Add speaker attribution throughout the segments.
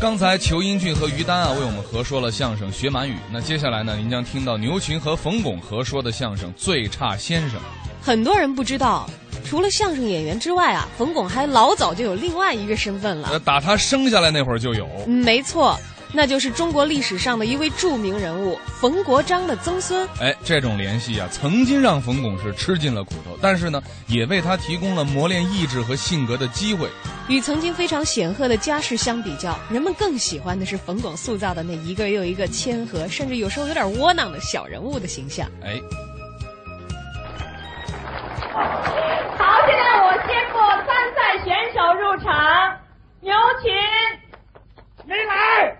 Speaker 1: 刚才裘英俊和于丹啊为我们合说了相声《学满语》，那接下来呢，您将听到牛群和冯巩合说的相声《最差先生》。
Speaker 2: 很多人不知道，除了相声演员之外啊，冯巩还老早就有另外一个身份了。
Speaker 1: 呃，打他生下来那会儿就有。
Speaker 2: 嗯没错，那就是中国历史上的一位著名人物冯国璋的曾孙。
Speaker 1: 哎，这种联系啊，曾经让冯巩是吃尽了苦头，但是呢，也为他提供了磨练意志和性格的机会。
Speaker 2: 与曾经非常显赫的家世相比较，人们更喜欢的是冯巩塑造的那一个又一个谦和，甚至有时候有点窝囊的小人物的形象。
Speaker 1: 哎，
Speaker 3: 好，现在我宣布参赛选手入场，有请
Speaker 4: 没来，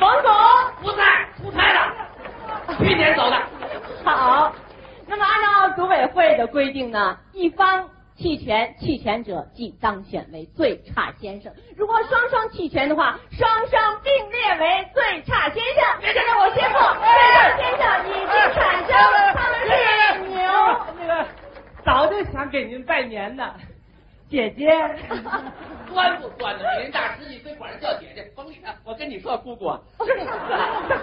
Speaker 3: 冯巩。
Speaker 4: 不在，出 差了，去年走的。
Speaker 3: 好，那么按照组委会的规定呢，一方弃权，弃权者即当选为最差先生；如果双双弃权的话，双双并列为最差先生。
Speaker 4: 别哎
Speaker 3: 那我宣布，最差先生已经产生，他们是牛。
Speaker 4: 哎那个，早就想给您拜年呢，姐 姐，端不端的？您大师一堆管人叫姐姐，甭理他。我跟你说，姑姑，真是的，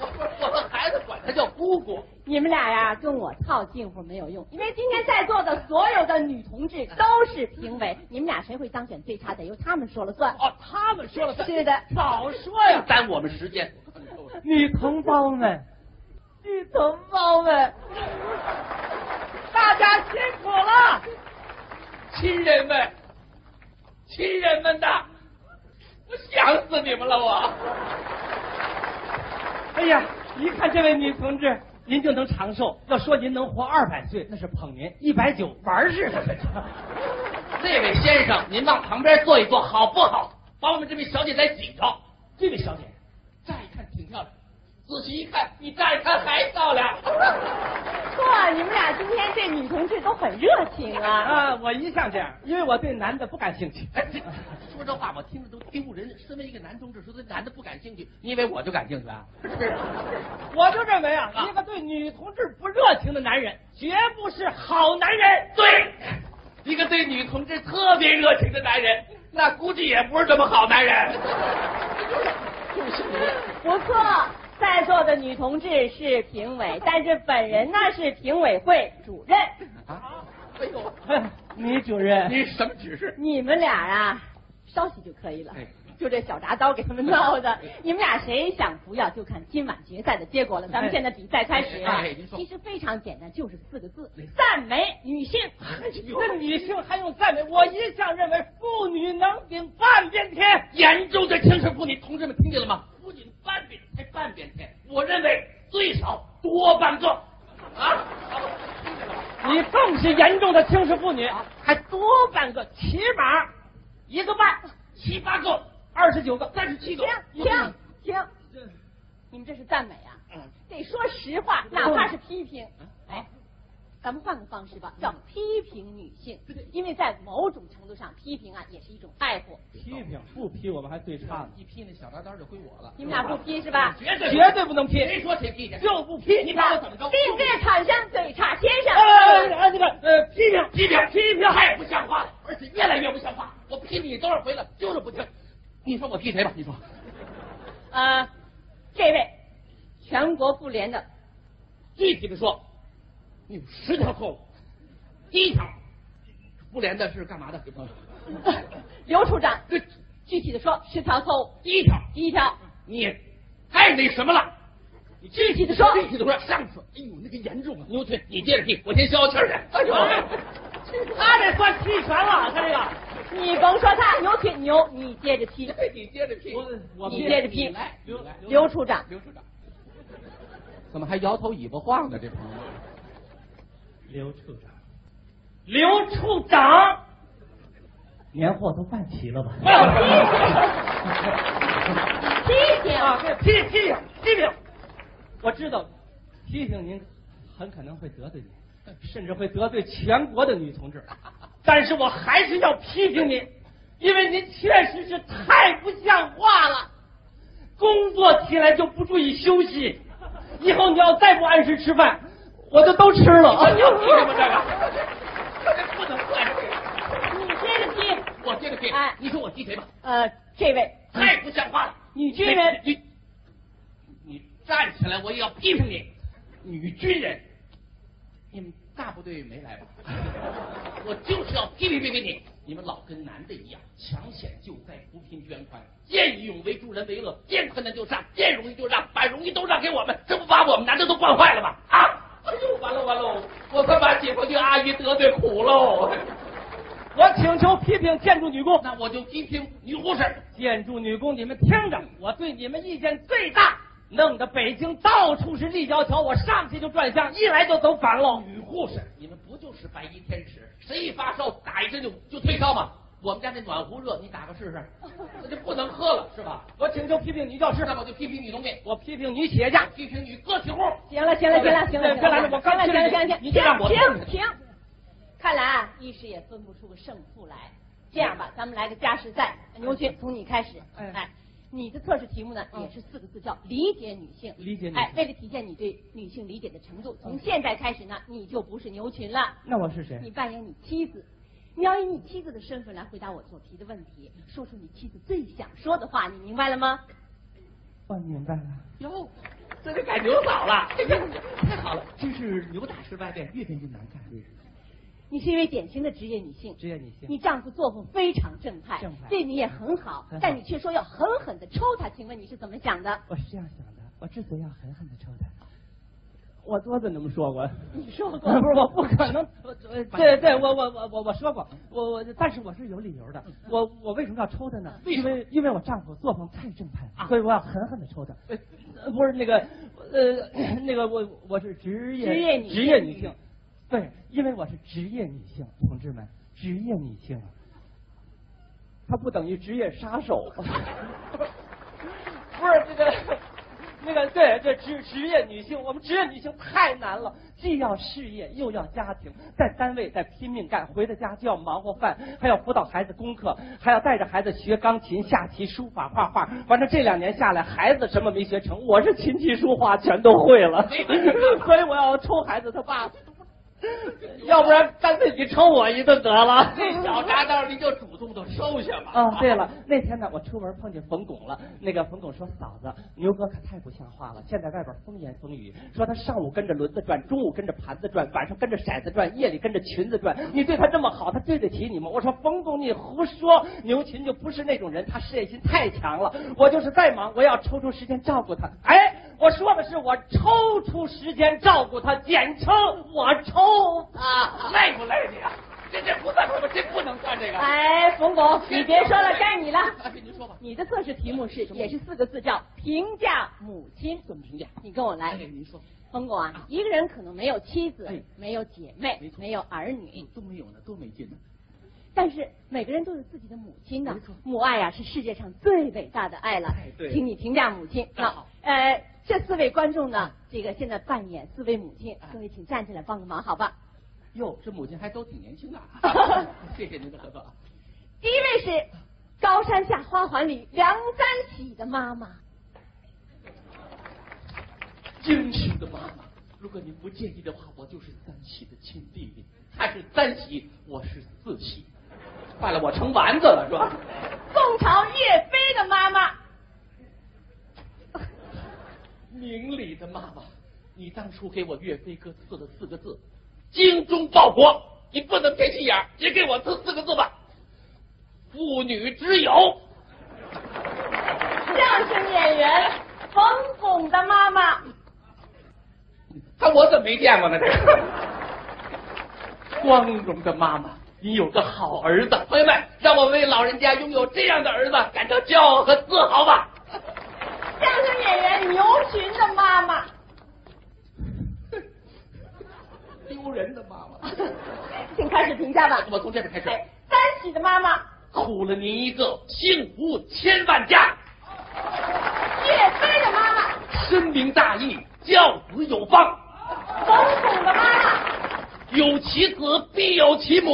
Speaker 4: 我我我的孩子管他叫姑姑。
Speaker 3: 你们俩呀，跟我套近乎没有用，因为今天在座的所有的女同志都是评委，你们俩谁会当选最差得由他们说了算。
Speaker 4: 哦，他们说了算，
Speaker 3: 是的
Speaker 4: 早说呀，耽误我们时间。
Speaker 5: 女同胞们，
Speaker 3: 女同胞们，
Speaker 4: 大家辛苦了，亲人们，亲人们呐，我想死你们了我。
Speaker 5: 哎呀，一看这位女同志，您就能长寿。要说您能活二百岁，那是捧您；一百九玩儿似的。
Speaker 4: 这位先生，您往旁边坐一坐，好不好？把我们这位小姐再挤着。这位小姐，乍一看挺漂亮，仔细一看，比乍一看还漂亮。
Speaker 3: 哇，你们俩今天对女同志都很热情 啊！
Speaker 5: 啊，我一向这样，因为我对男的不感兴趣。
Speaker 4: 哎，这说这话我听着都丢人。身为一个男同志，说对男的不感兴趣，你以为我就感兴趣啊？是，
Speaker 5: 我就认为啊
Speaker 4: 啊，
Speaker 5: 一个对女同志不热情的男人，绝不是好男人。
Speaker 4: 对，一个对女同志特别热情的男人，那估计也不是什么好男人。
Speaker 3: 不错，在座的女同志是评委，但是本人呢是评委会主任。
Speaker 4: 啊，哎呦，
Speaker 5: 哼女主任，
Speaker 4: 你什么指示？
Speaker 3: 你们俩啊，稍息就可以了
Speaker 4: 哎。
Speaker 3: 就这小铡刀给他们闹的，你们俩谁想不要，就看今晚决赛的结果了。咱们现在比赛开始啊
Speaker 4: 哎哎您，说
Speaker 3: 其实非常简单，就是四个字：赞美女性。
Speaker 5: 那女性还用赞美？我一向认为妇女能顶半边天。
Speaker 4: 严重的精神妇女，同志们听见了吗？不仅半边才半边天，我认为最少多半个啊，
Speaker 5: 你更是严重的轻视妇女，
Speaker 4: 啊
Speaker 5: 还多半个，起码一个半，
Speaker 4: 七八个，
Speaker 5: 二十九个。
Speaker 4: 三十七个
Speaker 3: 停。停停！你们这是赞美啊？
Speaker 4: 嗯
Speaker 3: 得说实话，哪怕是批评。哎，咱们换个方式吧，
Speaker 4: 嗯
Speaker 3: 叫批评女性，因为在某种程度上，批评啊也是一种爱护。
Speaker 5: 批评不批，我们还对差呢，
Speaker 4: 一批那小铡刀就归我了，
Speaker 3: 你们俩不批是吧？
Speaker 4: 绝对
Speaker 5: 绝对不能批，
Speaker 4: 谁说谁批去？
Speaker 5: 就不批。
Speaker 4: 你把我怎么着？
Speaker 3: 并列产生最差先生。
Speaker 5: 哎哎哎，那个呃，批评
Speaker 4: 批评批评太不像话了，而且越来越不像话。我批你多少回了，就是不听。你说我批谁吧？你说，
Speaker 3: 呃，这位全国妇联 的，
Speaker 4: 具体的说，你有十条错误。第一条，妇联的是干嘛的？
Speaker 3: 刘处长，
Speaker 4: 这
Speaker 3: 具体的说，十条错误。
Speaker 4: 第一条，
Speaker 3: 第一条，
Speaker 4: 你也太那什么了。你具
Speaker 3: 体地说
Speaker 4: 具体的说，上次，哎呦，那个严重啊！牛群，你接着批，我先消消气儿去。哎呦，
Speaker 5: 他这算弃权了，他这个。
Speaker 3: 你甭说他牛挺牛，你接着 批。
Speaker 4: 你接着批，
Speaker 5: 我
Speaker 3: 你接着批
Speaker 4: 你来，你来
Speaker 3: 刘处长，
Speaker 4: 刘处长，怎么还摇头尾巴晃呢？这朋友。
Speaker 5: 刘处长，刘处长，年货都办齐了吧？
Speaker 3: 批评。
Speaker 5: 啊，这批批评批评，我知道，批评您很可能会得罪您，甚至会得罪全国的女同志，但是我还是要批评您，因为您确实是太不像话了，工作起来就不注意休息，以后你要再不按时吃饭，我就都吃了。
Speaker 4: 你凭什么这个？这不能怪。
Speaker 3: 你接着批，
Speaker 4: 我接着给，
Speaker 3: 哎
Speaker 4: 你说我激谁吧？
Speaker 3: 呃，这位，
Speaker 4: 太不像话了！
Speaker 3: 女军人
Speaker 4: 你你你站起来，我也要批评你，女军人，你们大部队没来吧？ 我就是要批评批评你，你们老跟男的一样，抢险救灾，扶贫捐款，见义勇为，助人为乐，见困难就上，见容易就让，把容易都让给我们，这不把我们男的都惯坏了吗？啊！哎呦，完了完了，我可把解放军阿姨得罪苦喽。
Speaker 5: 我请求批评建筑女工。
Speaker 4: 那我就批评女护士，
Speaker 5: 建筑女工，你们听着，我对你们意见最大，弄得北京到处是立交桥，我上去就转向，一来就走反喽。
Speaker 4: 女护士，你们不就是白衣天使？谁一发烧打一针就就退烧吗？我们家那暖壶热，你打个试 试，那就不能喝了，是吧？
Speaker 5: 我请求批评女教师，
Speaker 4: 那我就批评女农民，
Speaker 5: 我批评女企业家，
Speaker 4: 批评女个体户。
Speaker 3: 行了，行了，行了，行了，
Speaker 5: 别来了我刚
Speaker 3: 行了，行了，
Speaker 5: 进来
Speaker 3: 行了，
Speaker 5: 你就让我
Speaker 3: 停停停！看来啊，一时也分不出个胜负来。这样
Speaker 5: 嗯
Speaker 3: 吧，咱们来个加时赛，牛群，从你开始。
Speaker 5: 哎
Speaker 3: 哎，你的测试题目呢，也是四个字，叫理解女性。
Speaker 5: 嗯理解女性嗯
Speaker 3: 哎，为了体现你对女性理解的程度，从现在开始呢，你就不是牛群了。
Speaker 5: 那我是谁
Speaker 3: 你？扮演你妻子，你要以你妻子的身份来回答我做题的问题，说出你妻子最想说的话，你明白了吗？
Speaker 5: 哦，明白了。
Speaker 4: 哟，这就改牛嫂了，太好了，真是牛大十八变，越变越难看。
Speaker 3: 你是一位典型的职业女性，
Speaker 5: 职业女性
Speaker 3: 你丈夫作风非常正派，
Speaker 5: 嗯正派嗯
Speaker 3: 对你也很好，
Speaker 5: 很好
Speaker 3: 但你却说要狠狠的抽他，请问你是怎么想的？
Speaker 5: 我是这样想的，我之所以要狠狠的抽他，我多跟你们说过，
Speaker 3: 你说过，
Speaker 5: 不是我不 可能，我我对对，我我我我我说过，我我但是我是有理由
Speaker 3: 嗯
Speaker 5: 的，我我为什么要抽他呢？
Speaker 4: 为
Speaker 5: 因
Speaker 4: 什么
Speaker 5: 为因为我丈夫作风太正派
Speaker 4: 啊
Speaker 5: 了，所以我要狠狠的抽他。
Speaker 3: 哎
Speaker 5: 呃不是那个呃那个我我是职业
Speaker 3: 职业女性
Speaker 5: 职业女性，对，因为我是职业女性，同志们，职业女性啊，她不等于职业杀 手。不是这个，那个对，这职职业女性，我们职业女性太难了，既要事业又要家庭，在单位在拼命干，回到家就要忙活饭，还要辅导孩子功课，还要带着孩子学钢琴、下棋、书法、画画。反正这两年下来，孩子什么没学成，我是琴棋书画全都会了， 所以我要抽孩子他爸。要不然干脆你抽我一顿得 了。
Speaker 4: 这小铡刀你就主动的收下吧。
Speaker 5: 哦，对了，那天呢，我出门碰见冯巩了。那个冯巩说：“嫂子，牛哥可太不像话了，现在外边风言风语，说他上午跟着轮子转，中午跟着盘子转，晚上跟着骰子转，夜里跟着裙子转。你对他这么好，他对得起你吗？”我说：“冯巩，你胡说！牛群就不是那种人，他事业心太强了。我就是再忙，我也要抽出时间照顾他。哎，我说的是我抽出时间照顾他，简称我抽
Speaker 3: 啊，
Speaker 4: 累不累你啊？这这不算什么，这不能算这个。
Speaker 3: 哎，冯巩，你别说了，该你了。
Speaker 4: 哎，您说吧，
Speaker 3: 你的测试题目是也是四个字，叫评价母亲。怎么评价？你跟我来
Speaker 4: 哎，。您说，
Speaker 3: 冯巩啊，一个人可能没有妻子
Speaker 4: 哎，
Speaker 3: 没有姐妹
Speaker 4: 没，错
Speaker 3: 嗯没有儿女
Speaker 4: 嗯，，都没有呢，多没劲呢。
Speaker 3: 但是每个人都有自己的母亲的
Speaker 4: 没错，
Speaker 3: 母爱呀、啊是世界上最伟大的爱了。
Speaker 4: 哎对
Speaker 3: 请你评价母亲。
Speaker 4: 那好，
Speaker 3: 呃，这四位观众呢，这个现在扮演四位母亲
Speaker 4: 哎，
Speaker 3: 各位请站起来帮个忙，好吧？
Speaker 4: 哟，这母亲还都挺年轻的 啊，谢谢您的合作啊。
Speaker 3: 第一位是高山下花环里梁三喜的妈妈，
Speaker 4: 英雄的妈妈，如果您不介意的话，我就是三喜的亲弟弟，他是三喜，我是四喜，坏了，我成丸子了是吧？
Speaker 3: 宋朝岳飞的妈妈，
Speaker 4: 明理的妈妈，你当初给我岳飞哥赐了四个字，精忠报国，你不能偏心眼儿，也给我赐四个字吧，妇女之友。
Speaker 3: 相声演员冯巩的妈妈，
Speaker 4: 看我怎么没见过呢？这个 光荣的妈妈，你有个好儿子，朋友们，让我为老人家拥有这样的儿子感到骄傲和自豪吧。
Speaker 3: 相声演员牛群的妈妈，
Speaker 4: 丢人的妈 妈，
Speaker 3: 请开始评价吧。
Speaker 4: 我从这边开始，
Speaker 3: 哎，三喜的妈妈。
Speaker 4: 苦了您一个，幸福千万家，
Speaker 3: 岳飞的妈妈，
Speaker 4: 深明大义，教子有方，
Speaker 3: 冯巩的妈妈，
Speaker 4: 有其子必有其母，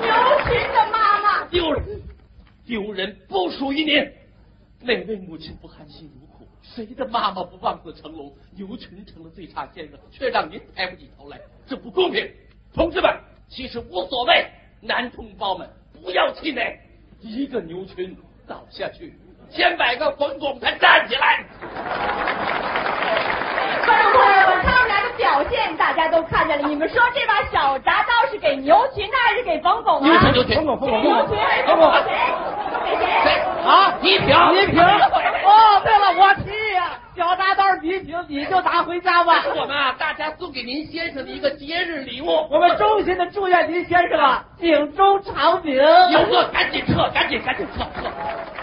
Speaker 3: 牛群的妈妈，
Speaker 4: 丢人，丢人不属于您。哪位母亲不含辛茹苦？谁的妈妈不望子成龙？牛群成了最差先生，却让您抬不起头来，这不公平。同志们，其实无所谓，男同胞们，不要气馁，一个牛群倒下去，千百个冯巩他站起来。
Speaker 3: 观众朋友们，他们俩的表现大家都看见了，你们说这把小铡刀是给牛群呢，还是给冯巩啊？
Speaker 4: 牛群牛群哎
Speaker 3: 给牛群还是
Speaker 4: 冯巩
Speaker 3: 给谁？给
Speaker 4: 谁
Speaker 3: 谁？
Speaker 4: 啊？倪萍，
Speaker 5: 倪萍，哦，对了，我提议啊，小铡刀倪萍，你就拿回家吧。
Speaker 4: 我们啊，大家送给您先生的一个节日礼物。
Speaker 5: 我们衷心的祝愿您先生啊，警钟长鸣。
Speaker 4: 游客赶紧撤，赶紧赶紧撤撤！